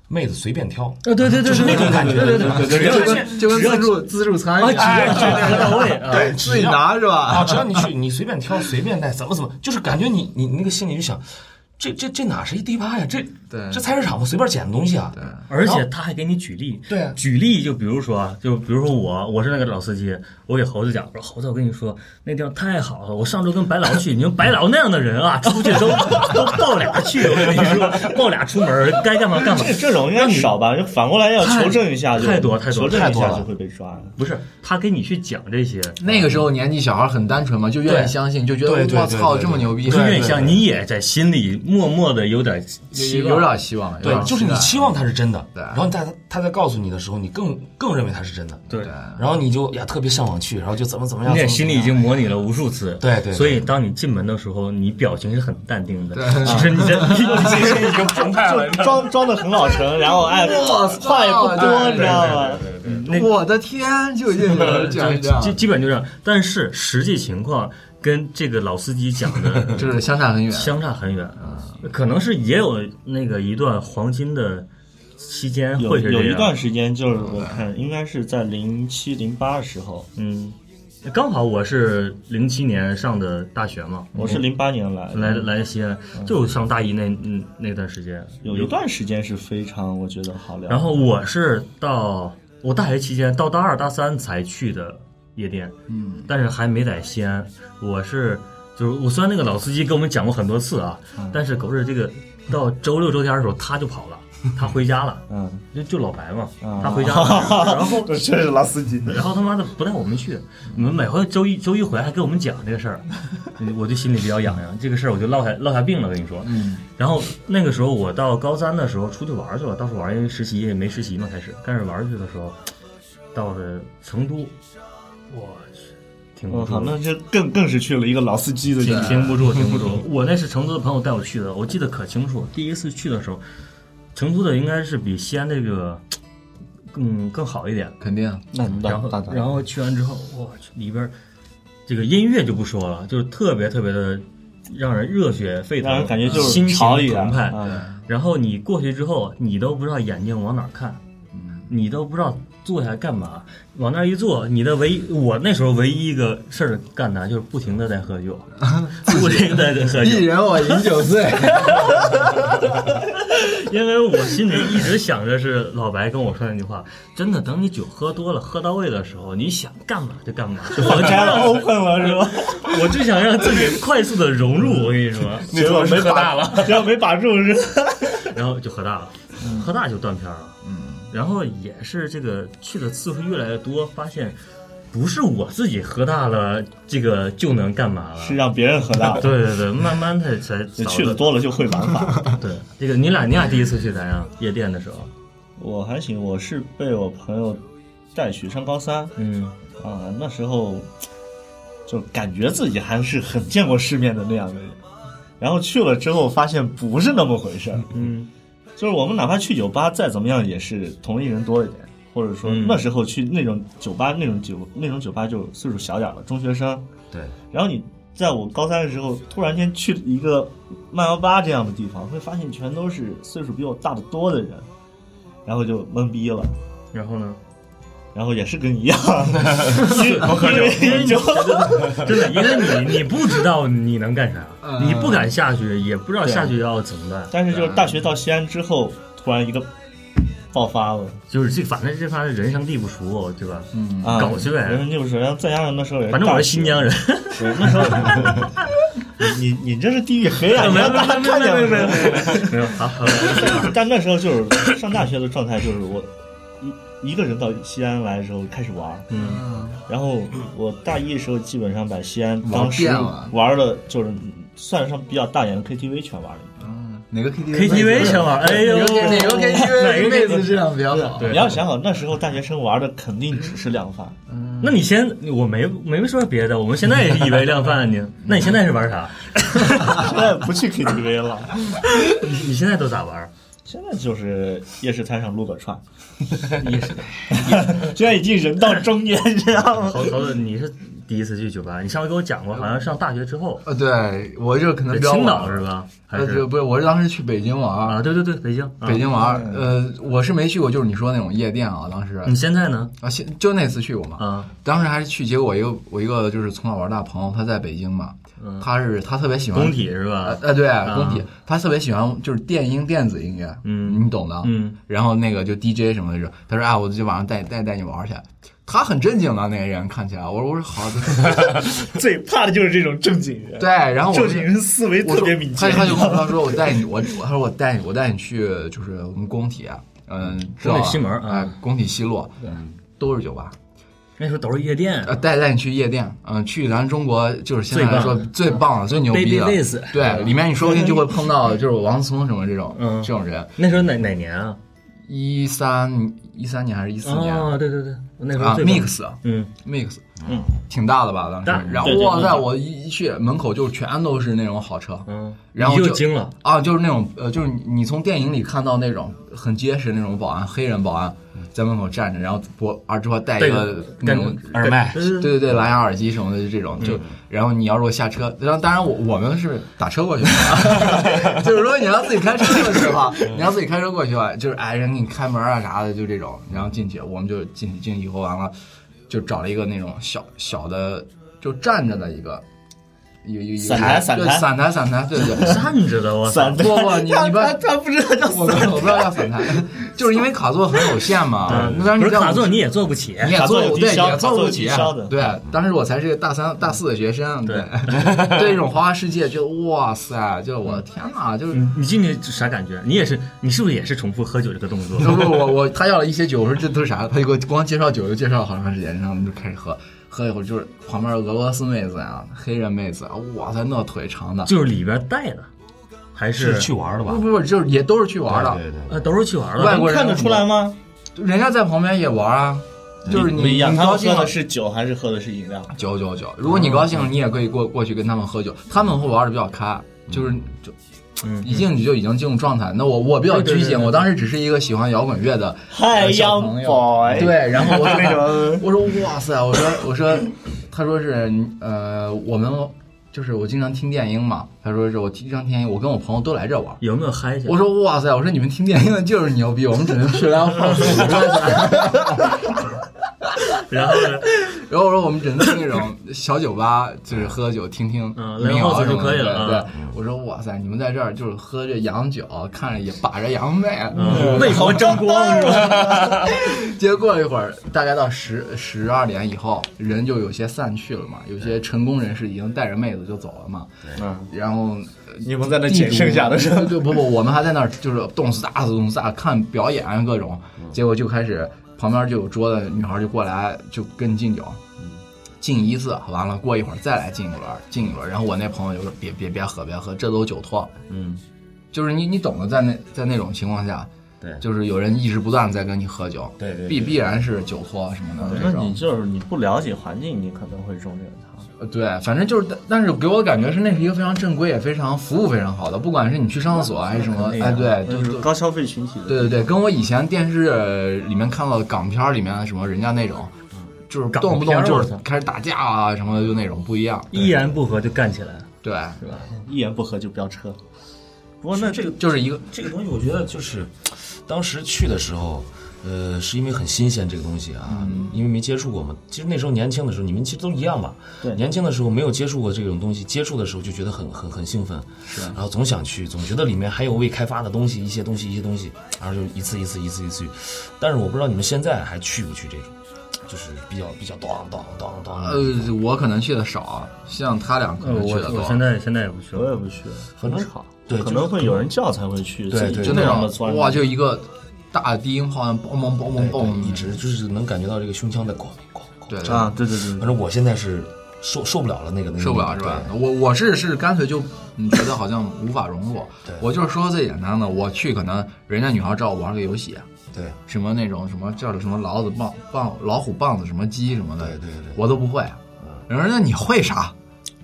妹子随便挑，啊，对对对，就是那种感觉，对对对对只要就现跟就跟自助自助餐一样，哎对，到位嗯啊，对自己拿是吧？啊，只要你去， 你随便挑，随便带，怎么怎么，就是感觉你你你那个心里就想，这这这哪是一低趴呀？这对这菜市场我随便捡的东西啊。对而且他还给你举例，对啊举例就比如说啊，就比如说我，我是那个老司机，我给猴子讲，我说猴子，我跟你说那地方太好了，我上周跟白老去，你们白老那样的人啊，出去都都抱俩去，我跟你说，抱俩出门该干嘛干嘛。这这种应该少吧？就反过来要求证一下就，太多太多求证一太多下了就会被抓的。不是他给你去讲这些，那个时候年纪小孩很单纯嘛，就愿意对相信，就觉得对对我对操对这么牛逼，不是愿意对像你也在心里默默的有点希有望有点希望，有对，点就是你期期望它是真的，对然后在他在告诉你的时候，你更更认为它是真的，对。然后你就呀特别向往去，然后就怎么怎么样，你也怎么心里已经模拟了无数次，对对对所以当你进门的时候，你表情是很淡定的。对其实你在，你其实已经澎湃了。你知道吗装装的很老成，然后哎我操话也不多，你知道吗？望，我的天，就这个这样这基样，基本就这样。但是实际情况跟这个老司机讲的就是相差很远。相差很远，啊可能是也有那个一段黄金的期间有会是这有样一段，时间就是我看应该是在零七零八的时候，嗯，刚好我是零七年上的大学嘛，我是零八年来来的，来西安，就上大一那嗯那段时间有一。段时间是非常我觉得好聊。然后我是到我大学期间到大二大三才去的夜店，嗯，但是还没在西安。我是就是我虽然那个老司机跟我们讲过很多次啊，嗯但是狗日这个到周六周天的时候他就跑了，他回家了，嗯，就就老白嘛，嗯他回 家了，然后。这是老司机，然后他妈的不带我们去，你们每回周一周一回来还给我们讲这 个事儿，我就心里比较痒痒。这个事儿我就落下落下病了，跟你说。嗯，然后那个时候我到高三的时候出去玩去了，到处玩，因为实习也没实习嘛，开始开始玩去的时候，到了成都，我去，挺不我住靠，的。那就更更是去了一个老司机的地停方。停不住，停 不住。我那是成都的朋友带我去的，我记得可清楚。第一次去的时候，成都的应该是比西安这个更更好一点。肯定。那那那然后那然后去完之后，我去里边儿这个音乐就不说了，就是特别特别的让人热血沸腾，让人感觉就是心潮情一样澎湃。嗯然后你过去之后，你都不知道眼睛往哪儿看，嗯你都不知道坐下来干嘛，往那儿一坐，你的唯一我那时候唯一一个事儿干的就是不停的在 喝酒，不停的在喝酒一，人我饮酒醉，因为我心里一直想着是老白跟我说那句话，真的，等你酒喝多了、喝到位的时候，你想干嘛就干嘛，就放开开了了。 open 了是吧？ 我就想让自己快速的融入，我跟 你说，结果 没把了， 结果没把住是吧。然后就喝大了，嗯喝大就断片儿了。嗯，然后也是这个去的次数越来越多，发现不是我自己喝大了，这个就能干嘛了。 是让别人喝大 的，对对对，慢慢的才你找去的到。多了就会玩法。对，这个你俩你俩第一次去咋样？夜店的时候，我还行，我是被我朋友带去上高三嗯，啊，那时候就感觉自己还是很见过世面的那样的人，然后去了之后发现不是那么回事儿，嗯，就是我们哪怕去酒吧再怎么样也是同一人多一点，或者说嗯那时候去那种酒吧那种酒那种酒吧就岁数小点儿了，中学生，对，然后你在我高三的时候，突然间去一个慢摇吧这样的地方，会发现全都是岁数比我大得多的人，然后就懵逼了。然后呢？然后也是跟你一 样，我喝因酒为，因为你 就真的，因为你你不知道你能 干啥，嗯啊你不敢下去，也不知道下去要怎么办，但是就是大学到西安之后，突然一个爆发了就是这反正这方面人生地不熟，对吧？嗯，啊，搞去呗人生就是，然后再加上那时候也反正我是新疆人，大学，那时候你你你这是地域黑暗，没你有让没大家有没有看 见了没有没有没有，好，好， 但那时候就是上大学的状态，就是我一一个人到西安来的时候开始玩儿，嗯，然后我大一的时候基本上把西安玩当时遍了玩的就是算上比较大点的 KTV 全玩了一遍。哪个 KTV KTV 小玩哎呦哪个哪个哪 KTV 个妹子质量比较好？对你要想好，那时候大学生玩的肯定只是 量贩，那你先，我没没说别的，我们现在也是以为量贩呢。 那你现在是玩啥？现在不去 KTV 了，你你现在都咋玩？现在就是夜市摊上撸个串，也是， 现在已经人到中年，你知道吗？猴猴子，你是第一次去酒吧？你上回给我讲过，好像上大学之后，呃，对我这可能在比较晚青岛是吧？还呃，这是不是，我是当时去北京玩啊？儿，对对对，北京，啊北。京玩儿，呃，我是没去过，就是你说那种夜店啊，当时你现在呢？啊，现就那次去过嘛，啊，当时还是去，结果我一个我一个就是从小玩大朋友，他在北京嘛，嗯他是他特别喜欢工体是呃吧？呃，对，工体，他特别喜欢就是电音电子音乐，嗯你懂的，嗯。然后那个就 DJ 什么的，就他说啊，我就晚上带带带你玩儿去。他很正经的那个人看起来，我说我说好的， 最怕的就是这种正经人，对，然后我正就经人思维我特说别敏他捷。他 就跟我说，我带你，我我他说我带你，我带你去，就是我们工体，嗯，知道吧工体西门儿啊哎，工体西路，都是酒吧，那时候都是夜店，呃，带带你去夜店，嗯、去咱中国就是现在来说最棒最棒的、最牛逼 Baby Lace 啊的，对，里面你说不定就会碰 到就是王思聪什么这种、嗯这种人，那时候哪哪年啊？一三一三年还是一四年、哦，对对对，那时候啊最棒，mix 嗯， mix，嗯，挺大的吧当大时，然后对对哇对塞，我一一去门口就全都是那种好车，嗯，然后你就就惊了，啊，就是那种呃，就是你你从电影里看到那种很结实那种保安，黑人保安在门口站着，然后脖耳之后戴一个那跟种耳麦呃对对嗯对，蓝牙耳机什么的，就这种就。然后你要如果下车，当当然我我们是打车过去 的， 就是说你要自己开车过去的话，嗯你要自己开车过去的话，就是哎人给你开门啊啥的，就这种，然后进去，我们就进去进去以后完了，就找了一个那种小小的就站着的一个。一个一个一个散台散对台散台散台，对 对，对站着的我操，散的，不不你他你不 他他不知道叫我不我不知道要反弹， 就是因为卡座很有限嘛。那当嗯时不是你在卡座你也坐不起，你也卡座坐有不低对，消也坐卡座不有起低消的。嗯对，当时我才是个大三大四的学生，对， 对这种豪华世界就哇塞，就我的嗯天哪，就是你你进去啥感觉？你也是，你是不是也是重复喝酒这个动作？ 不不，我我他要了一些酒，我说这都是啥？他就给我光介绍酒，就介绍了好长时间，然后我们就开始喝，喝一会儿就是旁边俄罗斯妹子啊，黑人妹子啊，哇塞，那腿长的，就是里边带的，还是去玩的吧不？不不，就是也都是去玩的，对对呃，都是去玩外的。国人看得出来吗？人家在旁边也玩啊，就是不一你样，你他高们兴喝了的是酒还是喝的是饮料？九九九，如果你高兴了，你也可以过过去跟他们喝酒，他们会玩的比较开，嗯就是就。一进去就已经进入状态。那我我比较拘对对谨，对对我当时只是一个喜欢摇滚乐的嗨呃小 young 朋友， boy 对，然 后我那说种我说哇塞，我说我说，他说是呃，我们就是我经常听电音嘛，他说是我经常听电音，我跟我朋友都来这玩儿。有没有嗨起来？我说哇塞，我说你们听电音的就是牛逼，我们只能去来放松。然后呢？然后我说我们只能去那 种小酒吧，就是喝酒听听嗯民谣 Live house 什就么可以了的。对啊对，我说哇塞，你们在这儿就是喝着洋酒，看着也把着洋妹，啊为国争光是吧？结果过了一会儿，大概到十十二点以后，人就有些散去了嘛，有些成功人士已经带着妹子就走了嘛。嗯，然后你们在那地捡主剩下的是吧？ 对不不，我们还在那儿就是动次打次动次打次看表演各种，嗯结果就开始旁边就有桌子女孩就过来就跟你敬酒，嗯敬一次完了过一会儿再来敬一轮敬一轮，然后我那朋友就说别别别喝别喝，这都酒托，嗯，就是你你懂得在那在那种情况下，对就是有人一直不断地在跟你喝酒，对对对必必然是酒托什么的 那这你种，就是你不了解环境，你可能会中这个套。呃对，反正就是但但是给我感觉是那是一个非常正规也非常服务非常好的，不管是你去上厕所还是什么，啊哎对，就都是都高消费群体的。对对对，跟我以前电视里面看到的港片里面的什么人家那种，就是动不嗯港片动儿就是我操开始打架啊什么的，就那种不一样。一言不合就干起来。对，一言不合就飙车。不过那这个就是一个这个东西我觉得就是，当时去的时候，呃，是因为很新鲜这个东西啊，因为没接触过嘛。其实那时候年轻的时候，你们其实都一样吧。对年轻的时候没有接触过这种东西，接触的时候就觉得很很很兴奋，是，然后总想去，总觉得里面还有未开发的东西，一些东西一些东西，然后就一次一次一次一次去。但是我不知道你们现在还去不去这种，就是比较比较当当当当的。呃，我可能去的少，啊像他俩可呃，嗯能去我的我多。现在现在也不去我也了。不去，很很吵吵，对可就是能会有人叫才会去，对自己对就不那让他种钻。哇，就一个大低音炮，梆梆梆梆梆，一直就是能感觉到这个胸腔在咣咣咣。对啊，对对对反，正我现在是受受不了了，那个那个受不了嗯那是个吧对？我我是是干脆就嗯觉得好像无法融入对。我就是说最简单的，我去可能人家女孩找我玩个游戏，对，什么那种什么叫做什么老子棒棒老虎棒子什么鸡什么的，对对对我都不会。嗯人说那你会啥？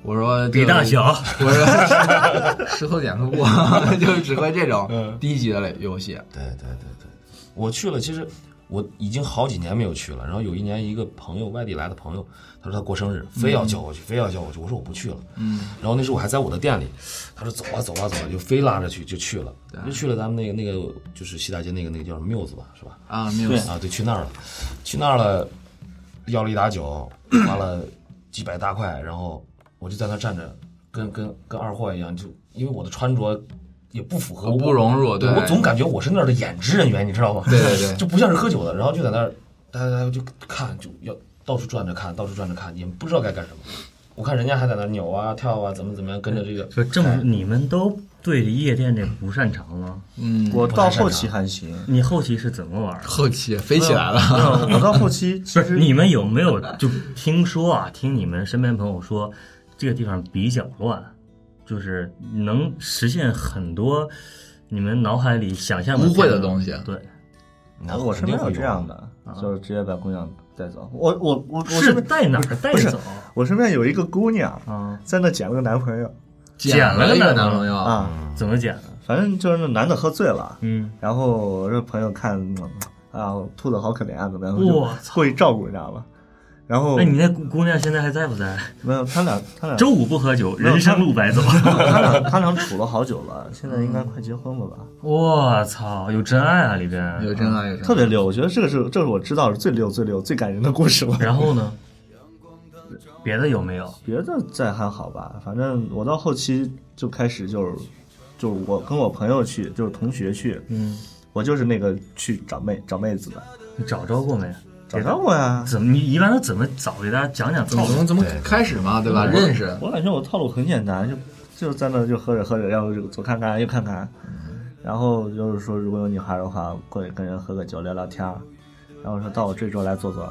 我说这比个大，小，我说 石头剪子布，嗯就是只会这种低级的类游戏。对对对对，我去了，其实我已经好几年没有去了。然后有一年，一个朋友外地来的朋友，他说他过生日，非要叫我去，非要叫我去。我说我不去了。嗯。然后那时候我还在我的店里，他说走啊走啊走啊，就非拉着去就去了，就去了咱们那个那个就是西大街那个那个叫什么缪子吧，是吧？啊，没有，啊，对，去那儿了，去那儿了，要了一打酒，花了几百大块，然后我就在那站着，跟跟跟二货一样，就因为我的穿着也不符合我，不融入，对我总感觉我是那儿的演职人员，你知道吗？对对对 就不像是喝酒的，然后就在那儿，大家大家就看，就要到处转着看，到处转着看，也不知道该干什么。我看人家还在那扭啊跳啊，怎么怎么样，跟着这个，说正你们都对夜店这不擅长吗？嗯，我到后期还行， 你后期是怎么玩儿？后期飞起来了，嗯我到后期其不是实你们有没有就听说啊？ 听你们身边朋友说，这个地方比较乱，就是能实现很多你们脑海里想象污秽的片东西啊对，那我身肯定边会啊有这样的，就是直接把姑娘带走。我我我我身是边带哪儿带不是走我身边有一个姑娘啊？在那捡了个男朋友捡了了一个呢男朋友，啊，怎么讲？反正就是那男的喝醉了，嗯，然后我这朋友看啊，兔子好可怜啊，怎么样？我就过去照顾，你知道吗？然后嗯哎那你那姑姑娘现在还在不在？没有他俩，他俩周五不喝酒，人生路白走。他俩他俩处了好久了，现在应该快结婚了吧？ 嗯我操，有真爱啊里边。有真爱，有真爱嗯特别溜，我觉得这个是这是我知道是最溜最溜最感人的故事了。然后呢？别的有没有？别的再还好吧，反正我到后期就开始就是，就是我跟我朋友去，就是同学去，嗯，我就是那个去找妹找妹子的，你找着过没？啊找到过呀。怎么你一般都怎么找？给大家讲讲怎套么路怎。嗯么怎么开始嘛，对吧？认识，我感觉我套路很简单，就就在那就喝着喝着，要不就左看看右看看，嗯然后就是说如果有女孩的话，过去跟人喝个酒聊聊天儿，然后说到我这桌来坐坐，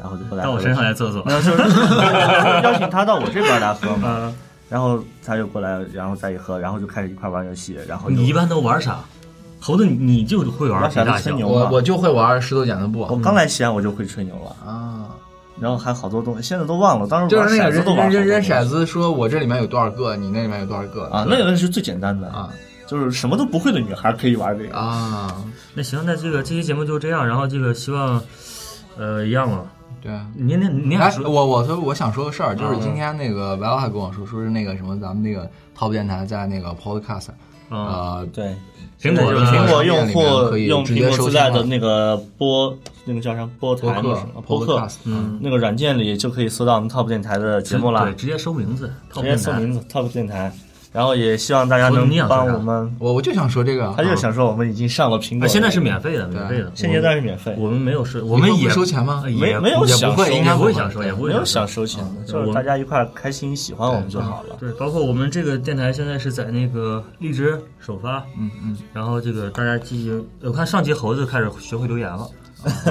然后就过来到我喝身上酒来坐坐。然后就是 邀请他到我这边来喝嘛，嗯，然后他就过来，然后再一喝，然后就开始一块玩游戏，然后就你一般都玩啥？猴子，你就会玩玩皮啥大吹小。牛我嘛。我就会玩石头剪子布我刚来西安我就会吹牛了，啊，然后还好多东西，现在都忘了，当时就玩是那骰个子扔都玩扔好多扔扔东西骰子，说我这里面有多少个，你那里面有多少个啊，那个是最简单的啊，就是什么都不会的女孩可以玩这个。啊，那行，那这个这期节目就这样，然后这个希望，呃，一样了。对啊。您您您俩哎，说，我我说我想说个事儿，嗯就是今天那个 Val 还跟我说，说是那个什么，咱们那个 Top 电台在那个 Podcast，嗯啊，呃，对，苹果现啊在就苹是的果用户用直苹接果收自听带了的那个播，那个叫什么播播台那客个什么播客 Podcast，，嗯，那个软件里就可以搜到我们 Top 电台的节目啦对，，直接收名字，直套接电搜台。名字 Top 电台。然后也希望大家我能你想说啥帮我们，我我就想说这个，啊他就想说我们已经上了苹啊，果，现在是免费的，免费的。现阶段是免费我，我们没有收，我们也会收钱吗呃也没没有也想不会，收应该不会钱想收，也不会没有收想收钱啊的，就我是大家一块儿开心喜欢我们就好了。对，包括我们这个电台现在是在那个荔枝首发，嗯嗯，然后这个大家积极，呃我看上期猴子开始学会留言了，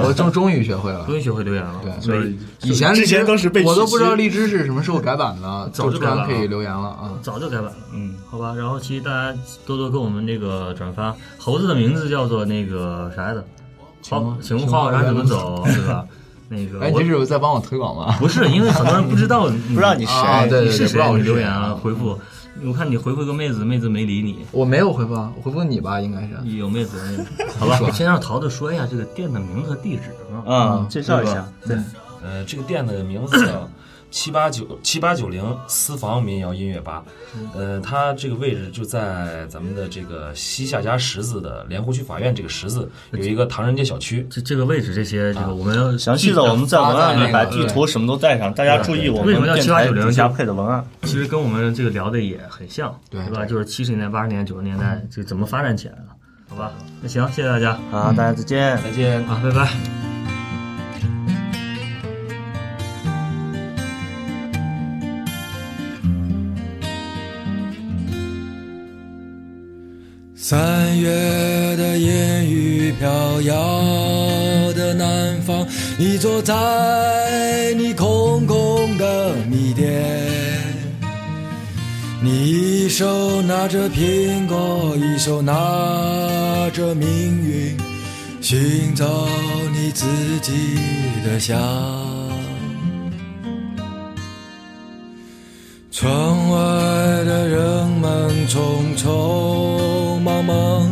我终终于学会了。 终于学会留言了，对所以以前之前荔枝都是被我都取不知道消荔枝是什么时候改版 的，早就突然改版可以了留言了啊！早就改版了，嗯，好吧。然后其实大家多多给我们这个转发，猴子的名字叫做那个啥来着？好，请问花果山怎么走，对吧？那个哎，我你这是在帮我推广吗？ 不是因为很多人不知道，不不知道你啊，谁？对你对对，是不知道谁，我你是留谁言啊啊，回复。我看你回复个妹子，妹子没理你，我没有回复啊，我回复你吧，应该是。有妹子，好吧？先让桃子说一下这个店的名字和地址啊。嗯，介绍一下，对，呃，这个店的名字叫七八九七八九零私房民谣音乐吧，呃，它这个位置就在咱们的这个西夏家十字的莲湖区法院这个十字有一个唐人街小区。这这个位置这些这个我们要啊详细的我们在文案里把发在那个地图什么都带上，大家注意我们为什么叫电台7890独家配的文案。其实跟我们这个聊的也很像，对是吧？对就是七十年代、八十年代、九十年嗯代这怎么发展起来的，好吧？那行，谢谢大家好，嗯大家再见。再见。啊，拜拜。三月的阴雨飘摇的南方，你坐在你空空的米店，你一手拿着苹果，一手拿着命运，寻找你自己的家。窗外的人们匆匆忙忙，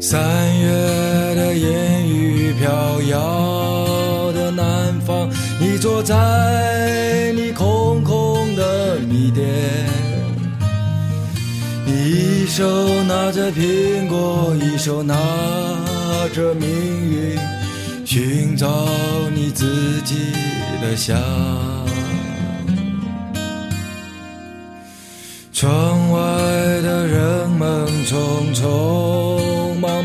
三月的烟雨飘摇的南方，你坐在你空空的米店，你一手拿着苹果，一手拿着命运，寻找你自己的香。窗外的人们匆匆忙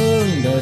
的